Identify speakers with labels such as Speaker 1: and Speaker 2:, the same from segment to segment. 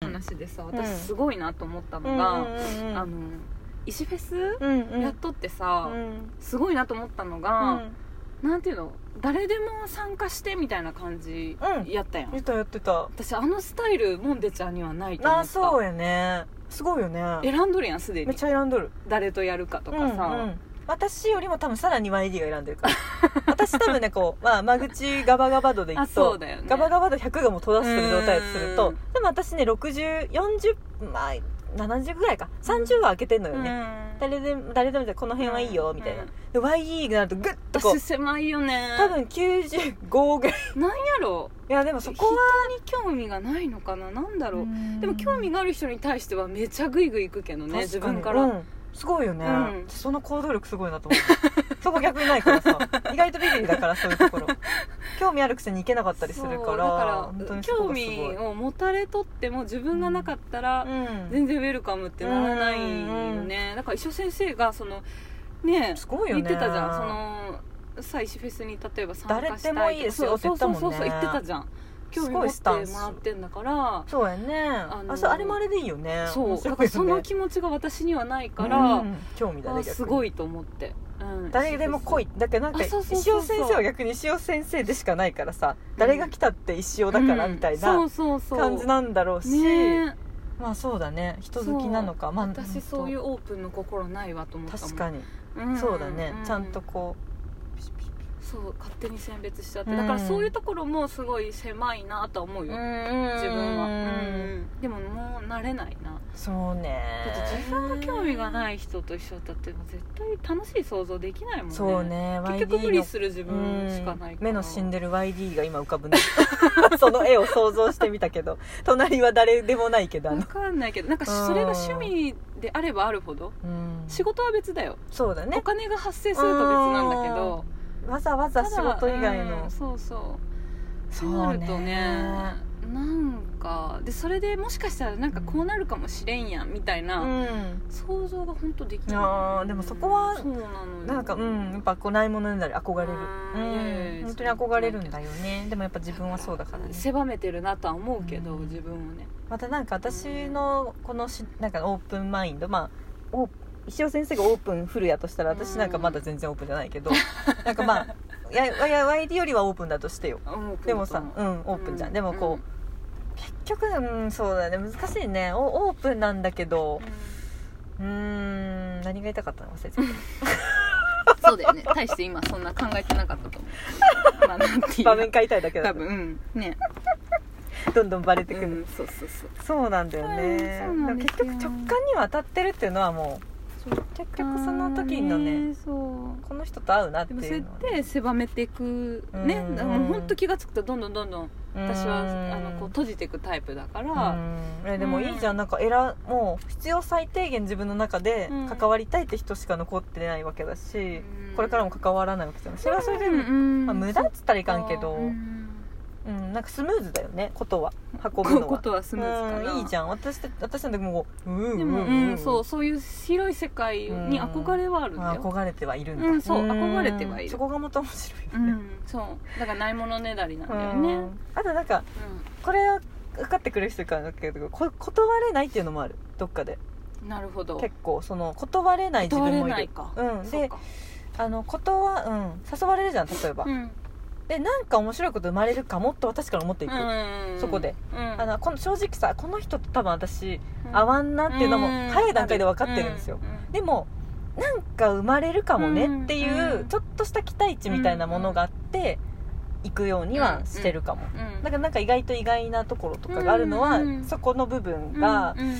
Speaker 1: 話でさ
Speaker 2: うん
Speaker 1: 私すごいなと思った
Speaker 2: う
Speaker 1: の
Speaker 2: ん
Speaker 1: が、
Speaker 2: うん
Speaker 1: あの石フェス、
Speaker 2: うんうん
Speaker 1: やっとってさ、
Speaker 2: うん
Speaker 1: すごいなと思ったの
Speaker 2: う
Speaker 1: が、
Speaker 2: ん
Speaker 1: なんていうの誰でも参加してみたいな感じ
Speaker 2: うん
Speaker 1: やったやん、
Speaker 2: やったやってた
Speaker 1: 私あのスタイルモンデちゃんにはないと思った
Speaker 2: あそうやねすごいよね
Speaker 1: 選んどるやんすで
Speaker 2: め
Speaker 1: に
Speaker 2: っちゃ選んどる
Speaker 1: 誰とやるかとかさ、
Speaker 2: うんうん私よりも多分さらに 1D が選んでるから私多分ねこう、 まあ、間口ガバガバ度でい
Speaker 1: あ
Speaker 2: く
Speaker 1: そう
Speaker 2: と、
Speaker 1: だよね
Speaker 2: ガバガバ度100がもう閉ざしてる状態だとする
Speaker 1: う
Speaker 2: と
Speaker 1: ん
Speaker 2: でも私ね6040まあ70ぐらいか30は開けてんのよね、
Speaker 1: うん
Speaker 2: 誰でも誰でもじゃこの辺はいいよみたいな、
Speaker 1: うん
Speaker 2: で YE になるとグッとこ
Speaker 1: 私
Speaker 2: う
Speaker 1: 狭いよね
Speaker 2: 多分95ぐらい
Speaker 1: なんやろ
Speaker 2: いやでもそこは
Speaker 1: 人に興味がないのかななんだろう、
Speaker 2: うん
Speaker 1: でも興味がある人に対してはめちゃグイグイいくけどね自
Speaker 2: 確かに
Speaker 1: 分から、
Speaker 2: うんすごいよね、
Speaker 1: うん
Speaker 2: その行動力すごいなと 思うそこ逆にないからさ意外とビビりだからそういうところ興味あるくせに行けなかったりする
Speaker 1: そう
Speaker 2: から
Speaker 1: だ
Speaker 2: 本
Speaker 1: か
Speaker 2: 当
Speaker 1: ら
Speaker 2: にそこ
Speaker 1: 興
Speaker 2: がすごい
Speaker 1: 味を持たれとっても自分がなかったら、
Speaker 2: うん
Speaker 1: 全然ウェルカムってならないよね、だから一緒先生がそのね
Speaker 2: すごい
Speaker 1: 言
Speaker 2: よね
Speaker 1: ってたじゃんその最初フェスに例えば参加したいとか
Speaker 2: 誰でもいいですよ
Speaker 1: そうそうそうそう
Speaker 2: って
Speaker 1: 言
Speaker 2: 言
Speaker 1: っ
Speaker 2: ってて
Speaker 1: た
Speaker 2: たもんね
Speaker 1: じゃん興味
Speaker 2: す
Speaker 1: 持
Speaker 2: ごいスタ
Speaker 1: っ
Speaker 2: ン
Speaker 1: て
Speaker 2: ス
Speaker 1: もらってんだから
Speaker 2: そうやね
Speaker 1: あ
Speaker 2: あ
Speaker 1: の
Speaker 2: そうあれもあれでいいよね
Speaker 1: そう、
Speaker 2: 面白い
Speaker 1: だ
Speaker 2: よ
Speaker 1: から
Speaker 2: ね
Speaker 1: その気持ちが私にはないから、
Speaker 2: うん興味だ
Speaker 1: あ
Speaker 2: ね
Speaker 1: すご
Speaker 2: い
Speaker 1: いと思って、うん
Speaker 2: 誰でも来いだってなんか
Speaker 1: あそうそうそう
Speaker 2: 石
Speaker 1: そう
Speaker 2: 尾先生は逆に石尾先生でしかないからさ、誰が来たって石尾だからみたい
Speaker 1: うんそ
Speaker 2: な
Speaker 1: うそうそう
Speaker 2: 感じなんだろうし、
Speaker 1: ねえ
Speaker 2: まあそうだね人好きなのかまあ
Speaker 1: 私そういう
Speaker 2: う
Speaker 1: オープンの心ないわと思ったもん
Speaker 2: 確かに
Speaker 1: うん
Speaker 2: そうだね、
Speaker 1: ん
Speaker 2: ちゃんとこうピシピシピ
Speaker 1: そう勝手に選別しちゃって
Speaker 2: うん
Speaker 1: だからそういうところもすごい狭いなとは思う
Speaker 2: シ
Speaker 1: よ、
Speaker 2: 自
Speaker 1: 自分は、
Speaker 2: は
Speaker 1: うんでももう慣れないな
Speaker 2: そうね
Speaker 1: だって自分が興味が
Speaker 2: い
Speaker 1: ない人と一緒だって絶対楽しい想像できないもんね
Speaker 2: そうね
Speaker 1: 結局無理する自分しかないから
Speaker 2: 目の死んでる YD が今浮かぶねその絵を想像してみたけど隣は誰でもないけどあ
Speaker 1: わ
Speaker 2: の
Speaker 1: かんないけどなんか
Speaker 2: うん
Speaker 1: それが趣味であればあるほど
Speaker 2: うん
Speaker 1: 仕事は別だよ、
Speaker 2: そうだ
Speaker 1: お
Speaker 2: ね
Speaker 1: 金が発生すると別なんだけど
Speaker 2: わざわざ仕事以外
Speaker 1: うん
Speaker 2: の
Speaker 1: そうそう
Speaker 2: そ
Speaker 1: そう
Speaker 2: うね
Speaker 1: なるとねなんかでそれでもしかしたらなんかこうなるかもしれんやんみたいな、
Speaker 2: うん
Speaker 1: 想像が本当できない
Speaker 2: あーでもそこは
Speaker 1: そうなのよ
Speaker 2: なんかうんやっぱこうないものになり憧れる
Speaker 1: う
Speaker 2: うん
Speaker 1: いやい
Speaker 2: ん
Speaker 1: や
Speaker 2: 本当に憧れるんだよねでもやっぱ自分はそうだからね
Speaker 1: 狭めてるなとは思うけど、
Speaker 2: うん
Speaker 1: 自分をね
Speaker 2: またなんか私のこのしなんかオープンマインドまあオー石尾先生がオープンフルやとしたら私なんかまだ全然オープンじゃないけどなんかまあややや YD よりはオープンだとしてよ
Speaker 1: 思うけど
Speaker 2: でもさうんオープンじゃんでもこう結局うんそうだね難しいねおオープンなんだけど
Speaker 1: うんうん
Speaker 2: うーん何が言いたかったの忘れちゃっ
Speaker 1: そうだよね大して今そんな考えてなかったと思 うまあなんてい
Speaker 2: た
Speaker 1: う
Speaker 2: 場面変えたいだけだ
Speaker 1: 多分うんね
Speaker 2: どんどんバレてく
Speaker 1: う
Speaker 2: る、
Speaker 1: んそうそうそう
Speaker 2: そうなんだよね
Speaker 1: うんそうなんですよ
Speaker 2: だから結局直感には当たってるっていうのはもう結局その時のね
Speaker 1: あーそう
Speaker 2: この人と合うなって
Speaker 1: でもそうや
Speaker 2: いう
Speaker 1: っ
Speaker 2: のは
Speaker 1: て狭めていくね
Speaker 2: うん
Speaker 1: だからもう本当気が付くとどんどんどんどん私は
Speaker 2: うん
Speaker 1: あのこう閉じていくタイプだか
Speaker 2: う
Speaker 1: ら
Speaker 2: んえでもいいじゃんなんか選もう必要最低限自分の中で
Speaker 1: うん
Speaker 2: 関わりたいって人しか残ってないわけだし、これからも関わらないわけじゃないそれはそれで、
Speaker 1: うん
Speaker 2: まあ、無駄っつったらいかんけど、
Speaker 1: う
Speaker 2: うん
Speaker 1: ん
Speaker 2: なんかスムーズだよねことは運ぶ
Speaker 1: こ
Speaker 2: の
Speaker 1: こ
Speaker 2: は。
Speaker 1: とはスムーズか
Speaker 2: う
Speaker 1: なん
Speaker 2: いいじゃん私た私なんてもううん
Speaker 1: でもうんそうそういう広い世界に憧れはあるん
Speaker 2: ま
Speaker 1: だ
Speaker 2: あ
Speaker 1: よ
Speaker 2: 憧れてはいるんだ、
Speaker 1: うんそう憧れてはいる
Speaker 2: そこがまた面白いよ
Speaker 1: う
Speaker 2: ね、
Speaker 1: んそうだからないものねだりなんだよ
Speaker 2: う
Speaker 1: ね
Speaker 2: んあとなんかこれは分かってくれる人いるかだけどこ断れないっていうのもあるどっかで
Speaker 1: うんなるほど
Speaker 2: 結構その断れない自
Speaker 1: 断
Speaker 2: 分
Speaker 1: れ
Speaker 2: もいる
Speaker 1: ないか
Speaker 2: うん、
Speaker 1: そう
Speaker 2: で
Speaker 1: か
Speaker 2: あの断、うん、誘われるじゃん例えば、
Speaker 1: うん
Speaker 2: でなんか面白いこと生まれるかもっと私から思ってい
Speaker 1: う
Speaker 2: く、
Speaker 1: ん
Speaker 2: そこで
Speaker 1: うん
Speaker 2: あのこの正直さこの人と多分私
Speaker 1: うん
Speaker 2: 合わんなっていうのも
Speaker 1: うん
Speaker 2: 早い段階で分かってるんですよ、
Speaker 1: ううん
Speaker 2: でもなんか生まれるかもねっていう、
Speaker 1: うん
Speaker 2: ちょっとした期待値みたいなものがあって行くようにはしてるかも、
Speaker 1: うん
Speaker 2: だからなんか意外と意外なところとかがあるのは、
Speaker 1: うん
Speaker 2: そこの部分が、
Speaker 1: うんうん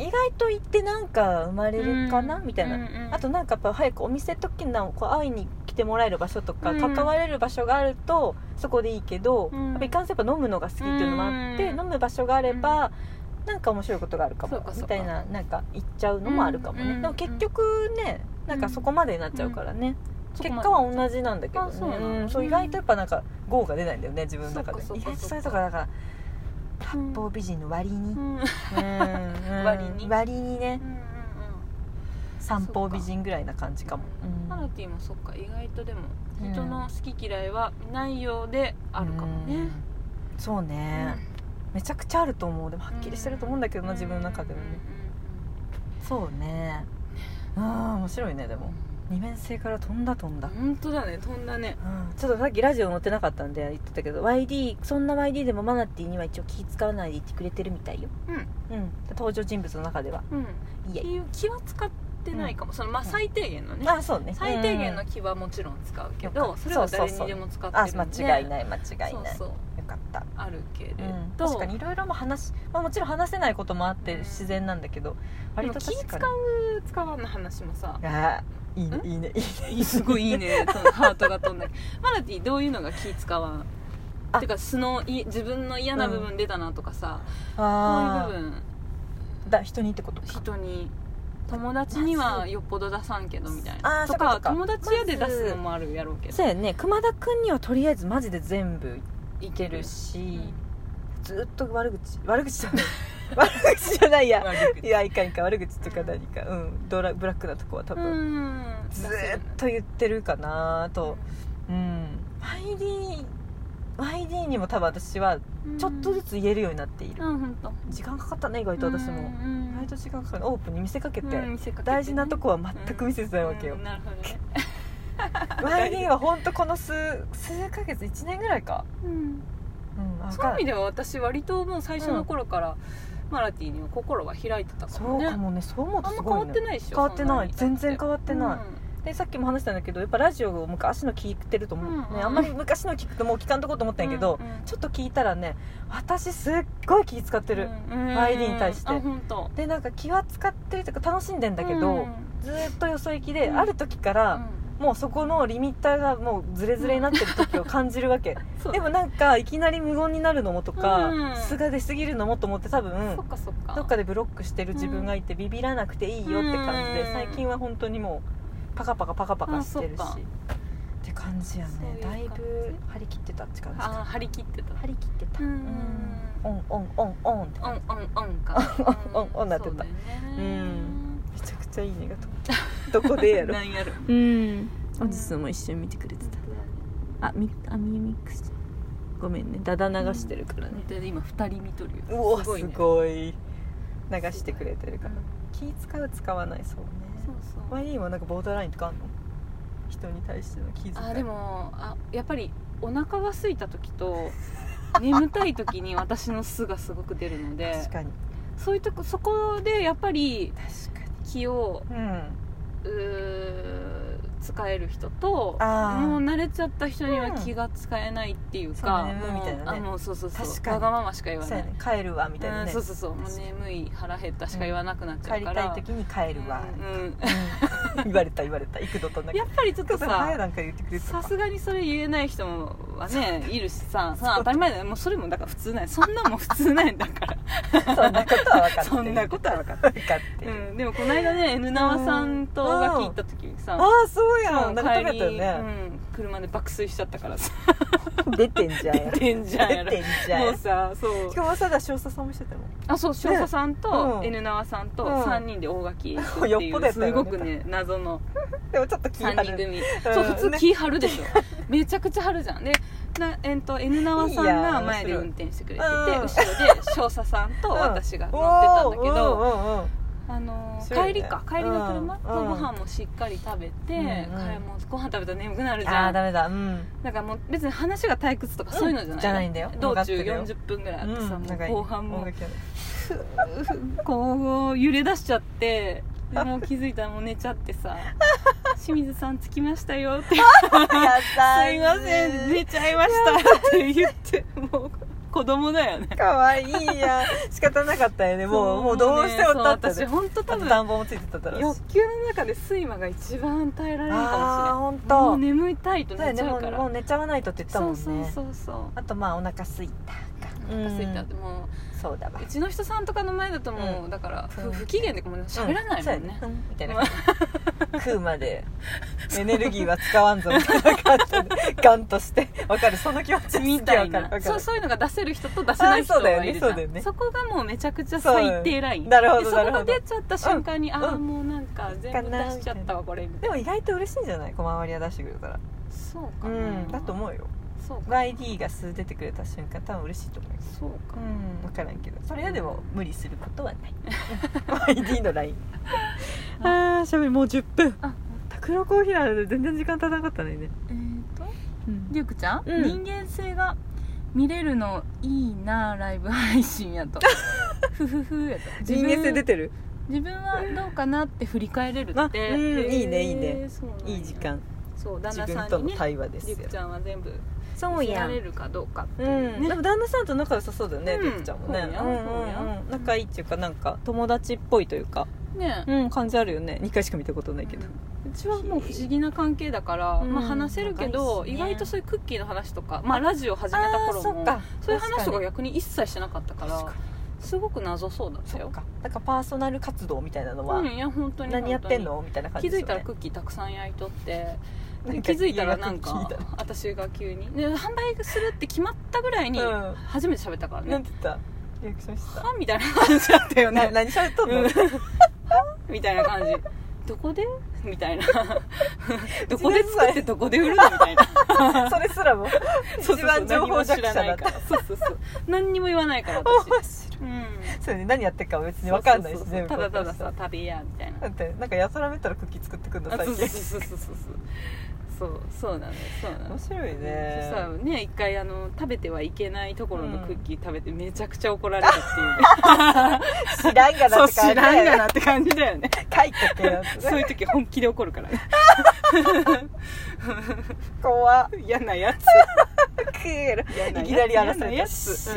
Speaker 2: 意外と行ってなんか生まれるかな、みたいな、
Speaker 1: うんうん
Speaker 2: あとなんかやっぱ早くお店時のこう会いに来てもらえる場所とか
Speaker 1: うん
Speaker 2: 関われる場所があるとそこでいいけど、
Speaker 1: うん
Speaker 2: やっぱいかんせんやっぱ飲むのが好きっていうのもあって、
Speaker 1: うん
Speaker 2: 飲む場所があれば、なんか面白いことがあるか
Speaker 1: そう
Speaker 2: も
Speaker 1: かそう
Speaker 2: み
Speaker 1: か
Speaker 2: たいななんか行っちゃうのもあるかもね、
Speaker 1: うん
Speaker 2: でも結局ねなんかそこまでになっちゃうからね、
Speaker 1: そこ
Speaker 2: 結
Speaker 1: まで
Speaker 2: 果は同じなんだけどね
Speaker 1: あそうなの
Speaker 2: んそう意外とやっぱなんか GO が出ないんだよね自分の中で
Speaker 1: そう
Speaker 2: 意
Speaker 1: かそうか
Speaker 2: 外とそういうとこだから八
Speaker 1: うん
Speaker 2: 方美人の割に、
Speaker 1: うんうん
Speaker 2: うん
Speaker 1: 割に
Speaker 2: 割にね
Speaker 1: うんうん
Speaker 2: 三方美人ぐらいな感じかもうん
Speaker 1: ハラティもそっか意外とでも
Speaker 2: うん
Speaker 1: 人の好き嫌いはないようであるかもね、
Speaker 2: うんそう
Speaker 1: うん
Speaker 2: ね、めちゃくちゃあると思うでもはっきりしてると思うんだけどな自分の中でもねそうねああ面白いねでも二面性から飛んだ飛んだ、
Speaker 1: 本当だね飛んだね
Speaker 2: うんちょっとさっきラジオ載ってなかったんで言ってたけど YD そんな YD でもマナティーには一応気使わないで言ってくれてるみたいよ
Speaker 1: うん
Speaker 2: うん登場人物の中では
Speaker 1: うんっ
Speaker 2: い
Speaker 1: て
Speaker 2: え
Speaker 1: いう気は使ってないかもそのまあ最低限のね
Speaker 2: あそうね
Speaker 1: 最低限の
Speaker 2: うん
Speaker 1: 気はもちろん使うけ
Speaker 2: よ
Speaker 1: ど
Speaker 2: か
Speaker 1: それは
Speaker 2: そうそ
Speaker 1: 誰
Speaker 2: うそう
Speaker 1: にでも使って
Speaker 2: あ
Speaker 1: るんで
Speaker 2: 間違い
Speaker 1: い
Speaker 2: ない間違いない
Speaker 1: そうそう
Speaker 2: よかった
Speaker 1: あるけれ
Speaker 2: うん
Speaker 1: ど
Speaker 2: 確かにいろいろも話、まあ、もちろん話せないこともあって自然なんだけど
Speaker 1: で
Speaker 2: 割
Speaker 1: も
Speaker 2: と
Speaker 1: 気
Speaker 2: 確
Speaker 1: 使
Speaker 2: かに
Speaker 1: う使わない話もさ
Speaker 2: あーいいね
Speaker 1: ん
Speaker 2: いいねいいね
Speaker 1: すごいいいねそのハートが飛んだけどマナティどういうのが気使わん
Speaker 2: あ
Speaker 1: てか素のい自分の嫌な部分出たなとかさ、こういう
Speaker 2: あ
Speaker 1: 部
Speaker 2: あ
Speaker 1: 分
Speaker 2: だ人にってことか
Speaker 1: 人に友達にはよっぽど出さんけどみたいな
Speaker 2: あー
Speaker 1: と
Speaker 2: そうかそ
Speaker 1: か
Speaker 2: うか
Speaker 1: 友達やで出すのもあるやろうけど
Speaker 2: そうやね熊田君にはとりあえずマジで全部いけるし、
Speaker 1: うん
Speaker 2: ずっと悪口悪口じゃない 悪口じゃないや
Speaker 1: 悪口
Speaker 2: いやいかんいかん悪口とか何かうんドラブラックなとこは多
Speaker 1: う
Speaker 2: 分、
Speaker 1: ん
Speaker 2: ずーっと言ってるかなとうん、YD YD にも多分私はちょっとず
Speaker 1: つ
Speaker 2: つ言えるようになっている、
Speaker 1: うん本当
Speaker 2: 時間かかったね意外と私も、意外と時間かかるオープンに見せかけて、大事なとこは全く見せてないわけよ、
Speaker 1: なるほどね
Speaker 2: YD は本当この数数ヶ月1年ぐらいか
Speaker 1: うん
Speaker 2: うんあ
Speaker 1: そういう意味
Speaker 2: か
Speaker 1: では私割ともう最初の頃からマラティには心は開いてたか
Speaker 2: そ
Speaker 1: も
Speaker 2: う
Speaker 1: ね
Speaker 2: かもねそう思うと
Speaker 1: あんま
Speaker 2: す
Speaker 1: 変
Speaker 2: ご
Speaker 1: わ
Speaker 2: い、
Speaker 1: って
Speaker 2: ね、
Speaker 1: ないでしょ
Speaker 2: 変わってない
Speaker 1: そん
Speaker 2: 全
Speaker 1: に
Speaker 2: 然変わってない、でさっきも話したんだけどやっぱラジオを昔の聞いてると思う、
Speaker 1: うんうん
Speaker 2: ね、あんまり昔の聞くともう聞かんとこうと思ったんやけど、
Speaker 1: うんうん
Speaker 2: ちょっと聞いたらね私すっごい気使って
Speaker 1: うん
Speaker 2: る、
Speaker 1: うん
Speaker 2: YD に対して
Speaker 1: あ本当
Speaker 2: でなんか気は使ってるというか楽しんでんだけど、
Speaker 1: うん
Speaker 2: ずーっとよそ行きで、
Speaker 1: うん
Speaker 2: ある時から、もうそこのリミッターがもうズレズレになってる時を感じるわけ、
Speaker 1: そう
Speaker 2: でもなんかいきなり無言になるのもとか、
Speaker 1: うん
Speaker 2: 素が出すぎるのもと思って多分
Speaker 1: そっかそっか
Speaker 2: どっかでブロックしてる自分がいて、ビビらなくていいよって感じで、
Speaker 1: うん
Speaker 2: 最近は本当にもうパカパカパカパカしてるし
Speaker 1: あそっか
Speaker 2: って感じやね
Speaker 1: そういう
Speaker 2: だ
Speaker 1: 感
Speaker 2: い
Speaker 1: じ
Speaker 2: ぶ張り切ってたって感じ
Speaker 1: あー
Speaker 2: か
Speaker 1: 張り切ってた
Speaker 2: 張り切って
Speaker 1: う
Speaker 2: た、
Speaker 1: ん
Speaker 2: オンオンオンオンって
Speaker 1: オンオンオンか
Speaker 2: オンオンなってた
Speaker 1: そうだよね
Speaker 2: うんめちゃくちゃいいねがと どこでやろ
Speaker 1: なんやろ
Speaker 2: うん
Speaker 1: おじす
Speaker 2: も一瞬見てくれて
Speaker 1: だ
Speaker 2: あみあミミックスごめんねダダ流してるからね、
Speaker 1: って今二人見とる
Speaker 2: う
Speaker 1: よ
Speaker 2: おす
Speaker 1: す
Speaker 2: ご
Speaker 1: ご
Speaker 2: い,、
Speaker 1: いね
Speaker 2: 流してくれてるから気使う使わないそうね
Speaker 1: そうそう
Speaker 2: ワインはなんかボーダーラインとかあんの人に対しての気遣い
Speaker 1: あでもあやっぱりお腹が空いた時と 眠たい時に私の素がすごく出るので
Speaker 2: 確かに
Speaker 1: そういうとこそこでやっぱり
Speaker 2: 確か
Speaker 1: 気を
Speaker 2: にうん
Speaker 1: うー使える人と
Speaker 2: あー
Speaker 1: もう慣れちゃった人には
Speaker 2: うん
Speaker 1: 気が使えないっていう
Speaker 2: そう
Speaker 1: か、
Speaker 2: ね無
Speaker 1: も
Speaker 2: みたいなね
Speaker 1: あもうそうそうそう
Speaker 2: 確かに
Speaker 1: わがまましか言わ
Speaker 2: そう
Speaker 1: な
Speaker 2: や
Speaker 1: い、
Speaker 2: ね帰るわみたいな
Speaker 1: うん
Speaker 2: ね
Speaker 1: そうそうそうも
Speaker 2: 確
Speaker 1: う
Speaker 2: かに
Speaker 1: 眠い腹減ったしか言わなくなっちゃ
Speaker 2: 帰
Speaker 1: う
Speaker 2: り
Speaker 1: か
Speaker 2: たい
Speaker 1: ら、
Speaker 2: 時に帰るわ、
Speaker 1: うんうん
Speaker 2: うん言われた言われた幾度となく
Speaker 1: やっぱりちょっとさ
Speaker 2: 早なんか言ってくれて
Speaker 1: さすがにそれ言えない人もはねいるしさ
Speaker 2: そう
Speaker 1: さ当たり前だよもうそれもだから普通なんやそんなんも普通なんやだから
Speaker 2: がそんなことは分かってる
Speaker 1: そんなことは分かっ
Speaker 2: 分かってる、
Speaker 1: うんでもこの間ね N 縄さんとが聞いた時にさ
Speaker 2: ああそうや
Speaker 1: そ
Speaker 2: ん
Speaker 1: う
Speaker 2: なんか食べ
Speaker 1: 帰
Speaker 2: た
Speaker 1: り
Speaker 2: よね、
Speaker 1: うん車で爆睡しちゃったからさ
Speaker 2: 出てんじゃんや
Speaker 1: 出てんじゃんやろ
Speaker 2: 出てんじゃん
Speaker 1: も
Speaker 2: や
Speaker 1: うさそう
Speaker 2: しかもさだ少佐さんもしてたもん
Speaker 1: あそう少佐さんと
Speaker 2: うん
Speaker 1: N 縄さんと
Speaker 2: うん
Speaker 1: 3人で大垣行くって
Speaker 2: よっ
Speaker 1: い
Speaker 2: ぽどや
Speaker 1: う
Speaker 2: った
Speaker 1: す
Speaker 2: よね
Speaker 1: ごくね謎の
Speaker 2: でもちょっと気張
Speaker 1: 3人
Speaker 2: る
Speaker 1: 組
Speaker 2: うん
Speaker 1: そう普通気張るでしょめちゃくちゃ張るじゃんでな、えっと N 縄さん
Speaker 2: いいや
Speaker 1: が
Speaker 2: ん
Speaker 1: 前で運転してくれてて
Speaker 2: う
Speaker 1: 後
Speaker 2: ん
Speaker 1: ろで少佐さんと私が乗ってたんだけ
Speaker 2: う
Speaker 1: ど
Speaker 2: んうんうんうん
Speaker 1: あの
Speaker 2: そうよね
Speaker 1: 帰りか帰りの車
Speaker 2: うんうん
Speaker 1: のご飯もしっかり食べて
Speaker 2: うん
Speaker 1: 帰もうご飯食べたら眠くなるじ
Speaker 2: あ
Speaker 1: ゃ
Speaker 2: あ
Speaker 1: ん
Speaker 2: ダメだうん
Speaker 1: なんかもう別に話が退屈とかそういうのじゃない,、
Speaker 2: うんじゃないんだよ
Speaker 1: 道
Speaker 2: わか
Speaker 1: 中
Speaker 2: ってるよ
Speaker 1: 40分ぐらいあってさ、
Speaker 2: うん
Speaker 1: も
Speaker 2: なんかいうい
Speaker 1: 後半
Speaker 2: 音
Speaker 1: も
Speaker 2: 楽やる
Speaker 1: こう揺れ出しちゃってでもう気づいたらもう寝ちゃって さ「清水さん着きましたよ」って「すいません寝ちゃいました」って言ってもう子供だよね
Speaker 2: かわいいや仕方なかったよねもうもうどうしても
Speaker 1: そう
Speaker 2: だった
Speaker 1: 私
Speaker 2: ね
Speaker 1: 本当多
Speaker 2: あと
Speaker 1: 分
Speaker 2: 暖房もついてただろうし
Speaker 1: 欲求の中で睡魔が一番耐えられる
Speaker 2: ああ
Speaker 1: か
Speaker 2: 本
Speaker 1: もしれないも
Speaker 2: 当
Speaker 1: う眠いたいと
Speaker 2: そうや
Speaker 1: 寝ち
Speaker 2: ね
Speaker 1: ゃ
Speaker 2: も
Speaker 1: うか
Speaker 2: う
Speaker 1: ら
Speaker 2: もう寝ちゃわないとって言ったもんね
Speaker 1: そうそうそうそう
Speaker 2: あとまあお腹すいたか
Speaker 1: お腹空いたってもう
Speaker 2: うんそうだわ
Speaker 1: うちの人さんとかの前だともう、だから
Speaker 2: そう
Speaker 1: 不不機嫌でもう喋らないもんね
Speaker 2: う、そうやうんみたいな感じ食うまでエネルギーは使わんぞみたいな感じでガンとしてわかるその気持 ち
Speaker 1: みたい
Speaker 2: わかるわか
Speaker 1: な
Speaker 2: る
Speaker 1: そうそういうのが出せる人と出せない人
Speaker 2: あそうだよ
Speaker 1: が
Speaker 2: ね
Speaker 1: いるじゃん
Speaker 2: そうだよね
Speaker 1: こがもうめちゃくちゃ最低ライン
Speaker 2: なるほど
Speaker 1: でそ
Speaker 2: な
Speaker 1: こ
Speaker 2: るほ
Speaker 1: が
Speaker 2: ど
Speaker 1: 出ちゃった瞬間に、
Speaker 2: ん
Speaker 1: ああ
Speaker 2: うん
Speaker 1: もうなんか全部出しちゃったわこれみたい
Speaker 2: でも意外と嬉しいんじゃない小回りは出してくれたら
Speaker 1: なそうか
Speaker 2: う
Speaker 1: な、
Speaker 2: んだと思うよ
Speaker 1: そうか
Speaker 2: YD が数出てくれた瞬間多分嬉しいと思います
Speaker 1: そう
Speaker 2: う
Speaker 1: か
Speaker 2: ん分からんけどそれはでも無理することはない YD のライン ああしゃべりもう10分
Speaker 1: あ
Speaker 2: 拓郎コーヒーなので全然時間足らなかったねね、
Speaker 1: えっ、と
Speaker 2: うん、
Speaker 1: リュウクちゃん、
Speaker 2: うん
Speaker 1: 人間性が見れるのいいなライブ配信やとふふふやと自
Speaker 2: 人
Speaker 1: 分
Speaker 2: 間性出てる
Speaker 1: 自分はどうかなって振り返れる
Speaker 2: あう
Speaker 1: っ
Speaker 2: ん
Speaker 1: て、
Speaker 2: いいねいいね
Speaker 1: そうなんや
Speaker 2: いい時間
Speaker 1: そう旦
Speaker 2: 自
Speaker 1: 那さん
Speaker 2: 分と
Speaker 1: に
Speaker 2: の
Speaker 1: ね
Speaker 2: 対話です
Speaker 1: リュ
Speaker 2: よ
Speaker 1: ウクちゃんは全部
Speaker 2: そ
Speaker 1: 見られるかどうかって
Speaker 2: う
Speaker 1: いう、
Speaker 2: ん、でも旦那さんと仲良さそうだよね、
Speaker 1: うん
Speaker 2: りゅうきちゃんもね
Speaker 1: そうや
Speaker 2: ん
Speaker 1: そう
Speaker 2: うんうん、仲いいっていうかなんか友達っぽいというか、
Speaker 1: ね
Speaker 2: うん、感じあるよね2回しか見たことないけど、
Speaker 1: うんうちはもう不思議な関係だから、
Speaker 2: うん
Speaker 1: まあ、話せるけど、
Speaker 2: 仲いいしね
Speaker 1: 意外とそういうクッキーの話とか、まあ、ラジオ始めた頃もそういう話とか
Speaker 2: や
Speaker 1: 逆に一切してなかったからすごく謎そうだった
Speaker 2: そ
Speaker 1: よ
Speaker 2: っかなんかパーソナル活動みたいなのは、
Speaker 1: うんいや本当に
Speaker 2: 何やってん
Speaker 1: 本
Speaker 2: のみたいな
Speaker 1: 当
Speaker 2: 感
Speaker 1: に
Speaker 2: じ
Speaker 1: 気
Speaker 2: で
Speaker 1: づいたら
Speaker 2: すよね
Speaker 1: クッキーたくさん焼いとって
Speaker 2: な
Speaker 1: で
Speaker 2: ん
Speaker 1: 気
Speaker 2: か
Speaker 1: づいたらなん
Speaker 2: 家
Speaker 1: か
Speaker 2: がクッキー
Speaker 1: 私が急にで販売するって決まったぐらいに
Speaker 2: うん
Speaker 1: 初めて喋ったから
Speaker 2: なん
Speaker 1: ね
Speaker 2: て言ったリアクションし
Speaker 1: 「
Speaker 2: て
Speaker 1: はみたいな感じだったよ
Speaker 2: たな
Speaker 1: ね
Speaker 2: 何しゃべっとんの、
Speaker 1: うんみたいな感じどこでみたい などこで作ってどこで売るのみたいな
Speaker 2: それすらも
Speaker 1: そうそうそう
Speaker 2: 一番情報弱
Speaker 1: 何も
Speaker 2: 者だっ
Speaker 1: 知らないか
Speaker 2: た
Speaker 1: らそうそうそう何にも言わないから
Speaker 2: 面
Speaker 1: 私
Speaker 2: 白い
Speaker 1: うん
Speaker 2: そうよね何やってるかは別に分かんないし
Speaker 1: そうそうそう
Speaker 2: 全部
Speaker 1: ただただ
Speaker 2: わ
Speaker 1: さ
Speaker 2: か
Speaker 1: 旅やみたいな
Speaker 2: るしだってなんかやたらめったらクッキー作ってくんの
Speaker 1: あ
Speaker 2: 最
Speaker 1: そうそうそうそう
Speaker 2: 近
Speaker 1: そうそうそうそうなのよそうなの
Speaker 2: 面白いね
Speaker 1: そうさね一回あの食べてはいけないところのクッキー食べてめちゃくちゃ怒られたっていうね、
Speaker 2: 知らんが
Speaker 1: そ う
Speaker 2: なって
Speaker 1: 知
Speaker 2: 感じ
Speaker 1: らんが
Speaker 2: な
Speaker 1: なって感じだよ ね
Speaker 2: 書いてけよって
Speaker 1: そう
Speaker 2: ね
Speaker 1: いう時本気で怒るからね
Speaker 2: 怖っ
Speaker 1: 嫌なやつ
Speaker 2: クール
Speaker 1: 嫌なや
Speaker 2: い
Speaker 1: つ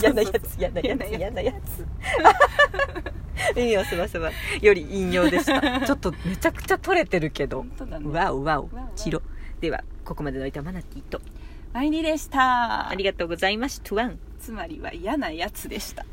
Speaker 2: きな
Speaker 1: 嫌
Speaker 2: り争
Speaker 1: な
Speaker 2: れ
Speaker 1: や
Speaker 2: た
Speaker 1: つ
Speaker 2: 知
Speaker 1: そう
Speaker 2: らん
Speaker 1: そ
Speaker 2: 嫌な
Speaker 1: う
Speaker 2: やつ嫌なやつ嫌なやつ意味をすませばより引用でした ちょっとめちゃくちゃ取れてるけど
Speaker 1: 本当だね
Speaker 2: わおわお
Speaker 1: わおわお
Speaker 2: チロではここまでのいたマナティと
Speaker 1: マイリでした
Speaker 2: ありがとうございますトゥワン
Speaker 1: つまりは嫌なやつでした